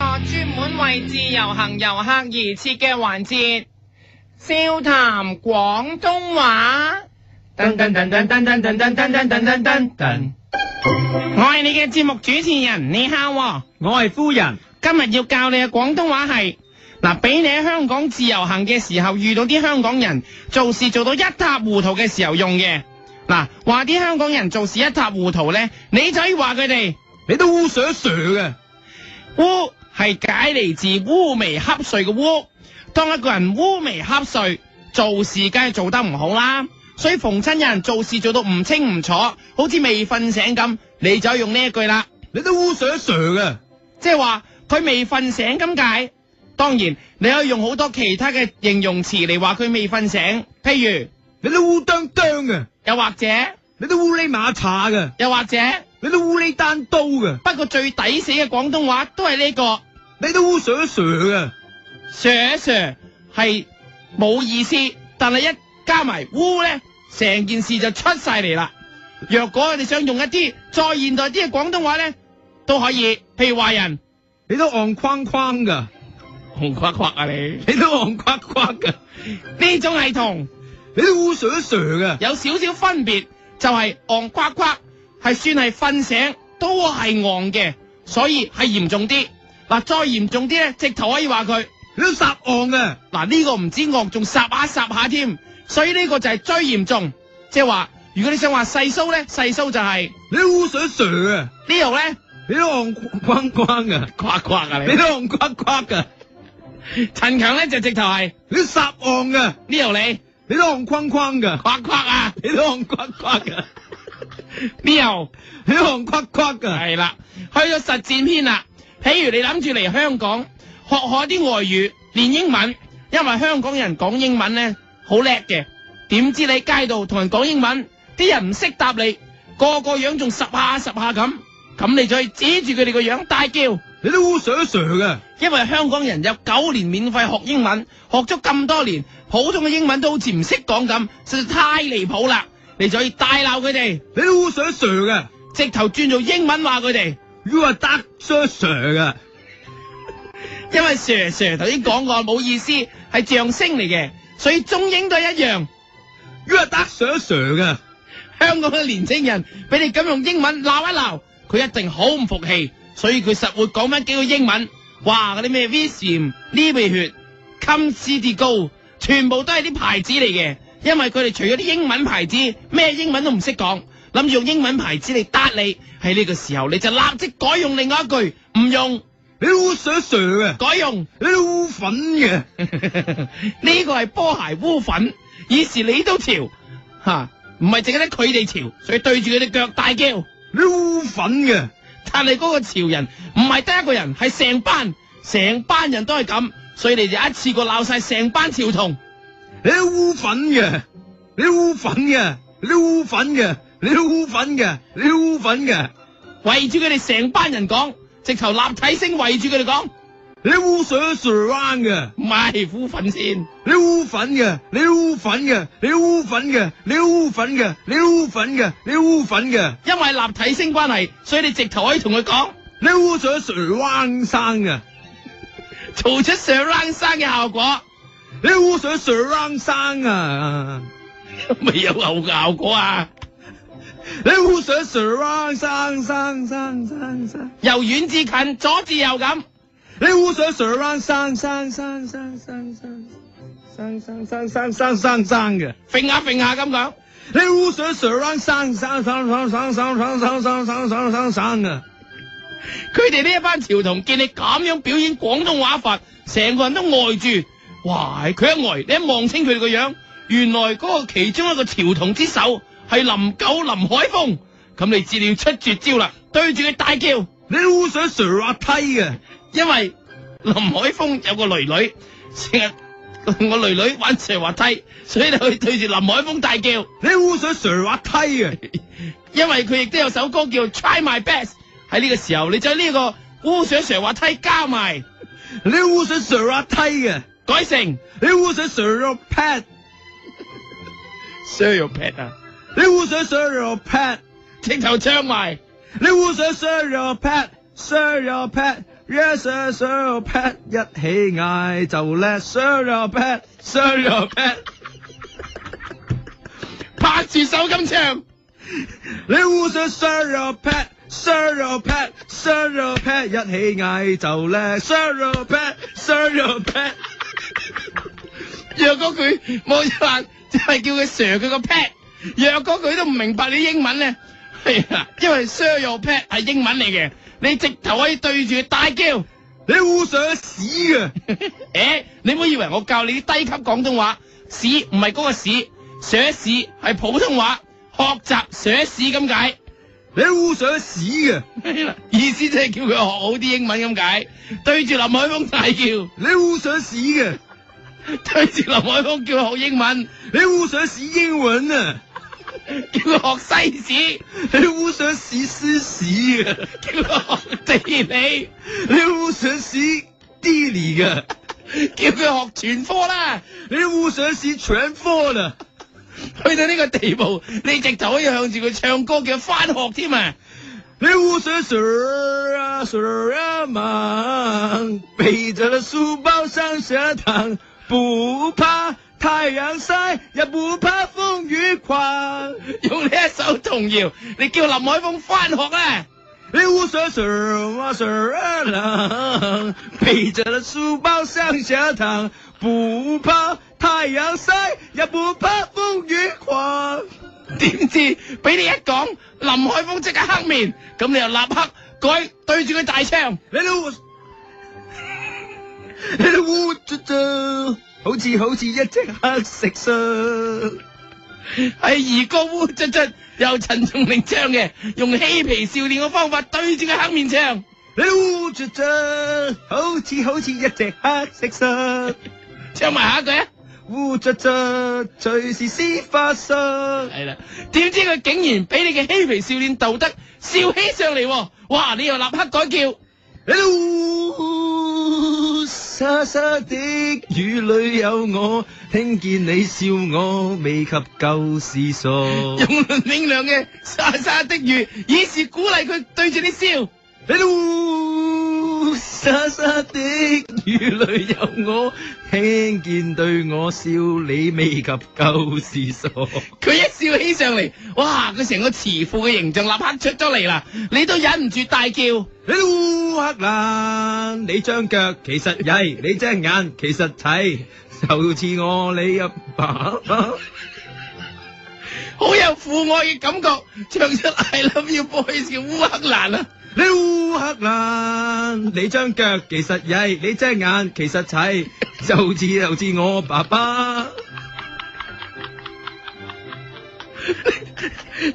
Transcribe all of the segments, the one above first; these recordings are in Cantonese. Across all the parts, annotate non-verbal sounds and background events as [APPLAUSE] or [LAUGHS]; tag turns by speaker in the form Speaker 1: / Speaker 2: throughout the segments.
Speaker 1: 專門為自由行遊客而設嘅環節，笑談廣東話。
Speaker 2: 噔噔噔噔噔噔噔噔噔噔噔噔噔，
Speaker 1: 我係你嘅節目主持人，你好喎。
Speaker 2: 我係夫人。
Speaker 1: 今日要教你嘅廣東話係嗱，俾你喺香港自由行嘅時候遇到啲香港人做事做到一塌糊塗嘅時候用嘅。嗱，話啲香港人做事一塌糊塗呢，你就可以話佢哋。
Speaker 2: 你都烏想蛇嘅，
Speaker 1: 烏啊係解嚟自烏眉瞌睡嘅烏。當一個人烏眉瞌睡，做事梗係做得唔好啦。所以逢親有人做事做到唔清唔楚，好似未瞓醒咁，你就用呢一句啦，
Speaker 2: 你都烏想蛇嘅，
Speaker 1: 即係話佢未瞓醒咁解。當然，你可以用好多其他嘅形容詞嚟話佢未瞓醒，譬如
Speaker 2: 你都烏當當嘅，
Speaker 1: 又或者
Speaker 2: 你都烏哩馬叉嘅，
Speaker 1: 又或者，
Speaker 2: 你都烏哩單刀嘅，
Speaker 1: 不過最抵死嘅廣東話都係呢個。
Speaker 2: 你都烏想蛇嘅，
Speaker 1: Sir Sir 係冇意思，但係一加埋污咧，成件事就出晒嚟啦。若果你想用一啲再現代啲嘅廣東話咧，都可以，譬如話 [LAUGHS] 人
Speaker 2: 你都戇框框嘅，
Speaker 1: 紅框框啊你，
Speaker 2: 你都戇框框嘅，
Speaker 1: [LAUGHS] 呢種係同
Speaker 2: 你都烏想蛇嘅，
Speaker 1: 有少少分別，就係戇夸夸，係算係瞓醒都係戇嘅，所以係嚴重啲。嗱，再嚴重啲咧，直頭可以話佢。
Speaker 2: 你都撒戇嘅，
Speaker 1: 嗱呢個唔止惡，仲霎下霎下添，所以呢個就係最嚴重，即係話如果你想話細蘇咧，細蘇就係、
Speaker 2: 你都烏想蛇嘅，
Speaker 1: 呢度咧，
Speaker 2: 你都戇框框嘅，
Speaker 1: 呱呱啊
Speaker 2: 你都戇框框嘅，
Speaker 1: 陳強咧就直頭係
Speaker 2: 你都撒戇嘅，
Speaker 1: 呢度你
Speaker 2: 你都戇框框嘅，
Speaker 1: 呱呱啊，
Speaker 2: 你都戇框框嘅，
Speaker 1: 呢度
Speaker 2: 你都戇框框嘅，
Speaker 1: 係啦，去到實戰篇啦。譬如你諗住嚟香港學下啲外語，練英文，因為香港人講英文咧好叻嘅，點知你喺街度同人講英文，啲人唔識答你，個個樣仲十下十下咁，咁你就去指住佢哋個樣大叫。
Speaker 2: 你都烏想啊蛇嘅。
Speaker 1: 因為香港人有九年免費學英文，學咗咁多年，普通嘅英文都好似唔識講咁，實在太離譜啦！你就可以大鬧佢哋，
Speaker 2: 你都好想 Sir 嘅，
Speaker 1: 直頭轉做英文話佢哋，
Speaker 2: 如果話得啊 Sir Sir 嘅，
Speaker 1: 因為 Sir Sir 頭先講過冇意思，係象聲嚟嘅，所以中英都係一樣。
Speaker 2: 如果話得啊 Sir Sir 嘅，
Speaker 1: 香港嘅年青人俾你咁用英文鬧一鬧，佢一定好唔服氣，所以佢實會講翻幾個英文，哇！嗰啲咩 Visium、呢味血、Come City Go，全部都係啲牌子嚟嘅，因為佢哋除咗啲英文牌子，咩英文都唔識講，諗住用英文牌子嚟答你，喺呢個時候你就立即改用另外一句，唔用
Speaker 2: 你都好想 Sir 嘅，
Speaker 1: 改用。
Speaker 2: 你都烏粉嘅，
Speaker 1: [LAUGHS] 呢個係波鞋烏粉，以時你都潮吓，唔係淨係得佢哋潮，所以對住佢哋腳大叫。
Speaker 2: 你都烏粉嘅，
Speaker 1: 但係嗰個潮人唔係得一個人，係成班，成班人都係咁，所以你就一次過鬧晒成班潮童。
Speaker 2: 你都烏粉嘅，你都烏粉嘅，你都烏粉嘅，你都烏粉嘅，你都烏粉嘅，
Speaker 1: 圍住佢哋成班人講，直頭立體聲圍住佢哋講，
Speaker 2: 你都烏想 Sir 彎嘅，
Speaker 1: 唔係苦粉先，
Speaker 2: 你都烏粉嘅，你都烏粉嘅，你都烏粉嘅，你都烏粉嘅，你都烏粉嘅，你都烏粉嘅，
Speaker 1: 因為立體聲關係，所以你直頭可以同佢講，
Speaker 2: 你都烏想 Sir 彎生啊嘅，
Speaker 1: 做出上冷生嘅效果， [LAUGHS]
Speaker 2: 你都烏想 Sir 彎生啊！
Speaker 1: 咪有牛效果啊！
Speaker 2: 你好想 surround 生生生生生，
Speaker 1: 由遠至近，左至右咁。
Speaker 2: 你好想 surround 生生生生生生生生生生生生生嘅，
Speaker 1: 揈下揈下咁講，
Speaker 2: 你好想 surround 生生生生生生生生生生生生生嘅，
Speaker 1: 佢哋呢一班潮童見你咁樣表演廣東話法，成個人都呆住。哇！佢一呆，你一望清佢哋個樣，原來嗰個其中一個潮童之首係林九林海峰。咁你自料出絕招啦，對住佢大叫，
Speaker 2: 你好想 surround 梯嘅，
Speaker 1: 因為林海峰有個女女，成日我女女玩斜滑梯，所以你去對住林海峰大叫。
Speaker 2: 你好想 surround 梯嘅，
Speaker 1: 因為佢亦都有首歌叫 Try My Best。喺呢個時候，你將呢個烏上上滑梯加埋，
Speaker 2: 你好想 surround 梯嘅，
Speaker 1: 改成
Speaker 2: 你好想 surround pad，
Speaker 1: s e r i o Pet 啊，
Speaker 2: 你好想 surround pad。
Speaker 1: 直頭唱埋。
Speaker 2: 你好想 share your pet，share your pet， Yes sir sir your pet，一起嗌就叻，Sir your pet，Sir your pet，
Speaker 1: 拍住手咁唱。
Speaker 2: 你互相 Sir your pet，Sir your pet，Sir your pet，一起嗌就叻，Sir your pet，Sir your pet，
Speaker 1: 若果佢冇話，就係叫佢 Sir 佢個 pet。若果佢都唔明白你英文咧，係啊，因為 Sir your pet 係英文嚟嘅，你直頭可以對住佢大叫。 [LAUGHS]
Speaker 2: 你互相屎啊嘅，
Speaker 1: 誒、你唔好以為我教你啲低級廣東話，屎唔係嗰個屎，寫屎係普通話，學習寫屎咁解。
Speaker 2: 你互相屎啊嘅，
Speaker 1: 意思即係叫佢學好啲英文咁解，對住林海峰大叫，
Speaker 2: 你互相屎啊
Speaker 1: [LAUGHS]
Speaker 2: 嘅，
Speaker 1: 對住林海峰叫佢學英文，
Speaker 2: 你互相屎英文啊！
Speaker 1: 叫佢學西史，
Speaker 2: 你互相屎屎屎嘅，
Speaker 1: 叫佢學地理，
Speaker 2: 你互相屎地理啊
Speaker 1: 叫
Speaker 2: 嘅，
Speaker 1: 佢學全科啦。
Speaker 2: 你互相屎全科啦！
Speaker 1: 去到呢個地步，你直頭可以向住佢唱歌叫佢翻學添啊！
Speaker 2: 你互相 sir 啊 sir 啊忙，背着了书包上学堂，不怕太阳晒，也不怕风雨狂。
Speaker 1: 用呢一首童謠，你叫林海峰翻學啊啦。
Speaker 2: 你互相 sir 啊 sir 啊忙，背着了书包上学堂，不怕太阳晒，也不怕风雨狂。
Speaker 1: 點知俾你一講，林海峰即刻黑面，咁你又立刻改對住佢大唱。
Speaker 2: 你都 [LAUGHS] 你都污糟糟，好似好似一隻黑色素。
Speaker 1: 係兒歌烏卒卒，由陳松伶唱嘅，用嬉皮笑臉嘅方法對住佢黑面唱。
Speaker 2: 你都污糟糟，好似好似一隻黑色素。
Speaker 1: 唱埋下一句啊！
Speaker 2: 污糟糟，隨時施法術。
Speaker 1: 係啦，點知佢竟然俾你嘅嬉皮笑臉逗得笑起上嚟喎，哇！你又立刻改叫。
Speaker 2: 你都沙沙的雨裏有我，聽見你笑我，未及夠是傻。
Speaker 1: 用倫永亮嘅沙沙的雨，以示鼓勵佢對住你笑。
Speaker 2: 你都沙沙的 [LAUGHS] 雨里有我，聽見對我笑，你未及夠是傻。
Speaker 1: 佢一笑起上嚟，哇！佢成個慈父嘅形象立刻出咗嚟啦，你都忍唔住大叫。
Speaker 2: 你都黑啦，你張腳其實曳，你隻眼其實睇，就似我你阿爸。
Speaker 1: 好有父愛嘅感覺，唱出 I Love You Boys 嘅烏克蘭啊！
Speaker 2: 你烏克蘭，你張腳其實曳，你隻眼其實睇，就似就似我爸爸。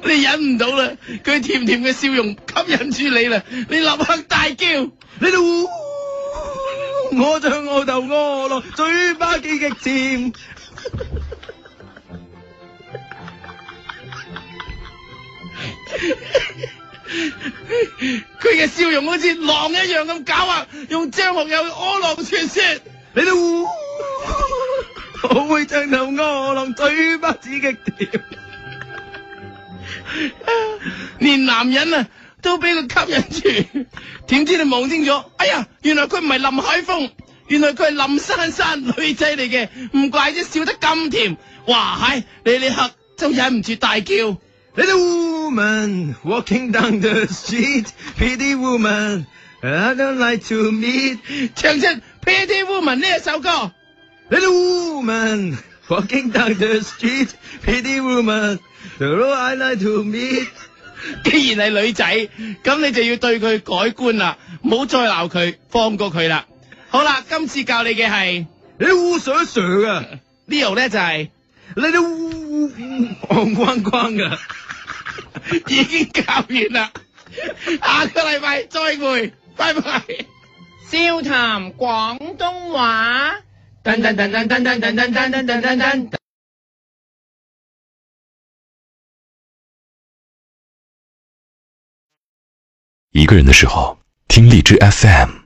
Speaker 1: 你忍唔到啦，佢甜甜嘅笑容吸引住你啦，你立刻大叫。
Speaker 2: 你都烏我像我頭我落，嘴巴幾極尖。
Speaker 1: 佢嘅笑容好似狼一樣咁狡猾，用張學友嘅《柯狼傳說》。
Speaker 2: 你都烏我會像頭我落，嘴巴似極甜。
Speaker 1: 連男人啊都俾佢吸引住， [LAUGHS] 點知你望清楚，哎呀，原來佢唔係林海峰，原來佢係林珊珊女仔嚟嘅，唔怪之笑得咁甜，哇嗨，你呢刻就忍唔住大叫，
Speaker 2: Little woman walking down the street, pretty woman, I don't like to meet.
Speaker 1: 唱出《Pretty Woman》呢一首歌， [LAUGHS]
Speaker 2: Little woman walking down the street, pretty woman, the road I like to meet.
Speaker 1: 既然係女仔，咁你就要對佢改觀啦，唔好再鬧佢，放過佢啦。好啦，今次教你嘅係
Speaker 2: 你烏想上啊，
Speaker 1: Leo 咧就係、
Speaker 2: 你都烏戇光光啊！
Speaker 1: [LAUGHS] 已經教完啦，下個禮拜再會，拜拜。
Speaker 3: 笑談廣東話。噔噔噔噔噔噔噔噔噔噔噔噔。
Speaker 4: 一个人的时候，听荔枝 FM。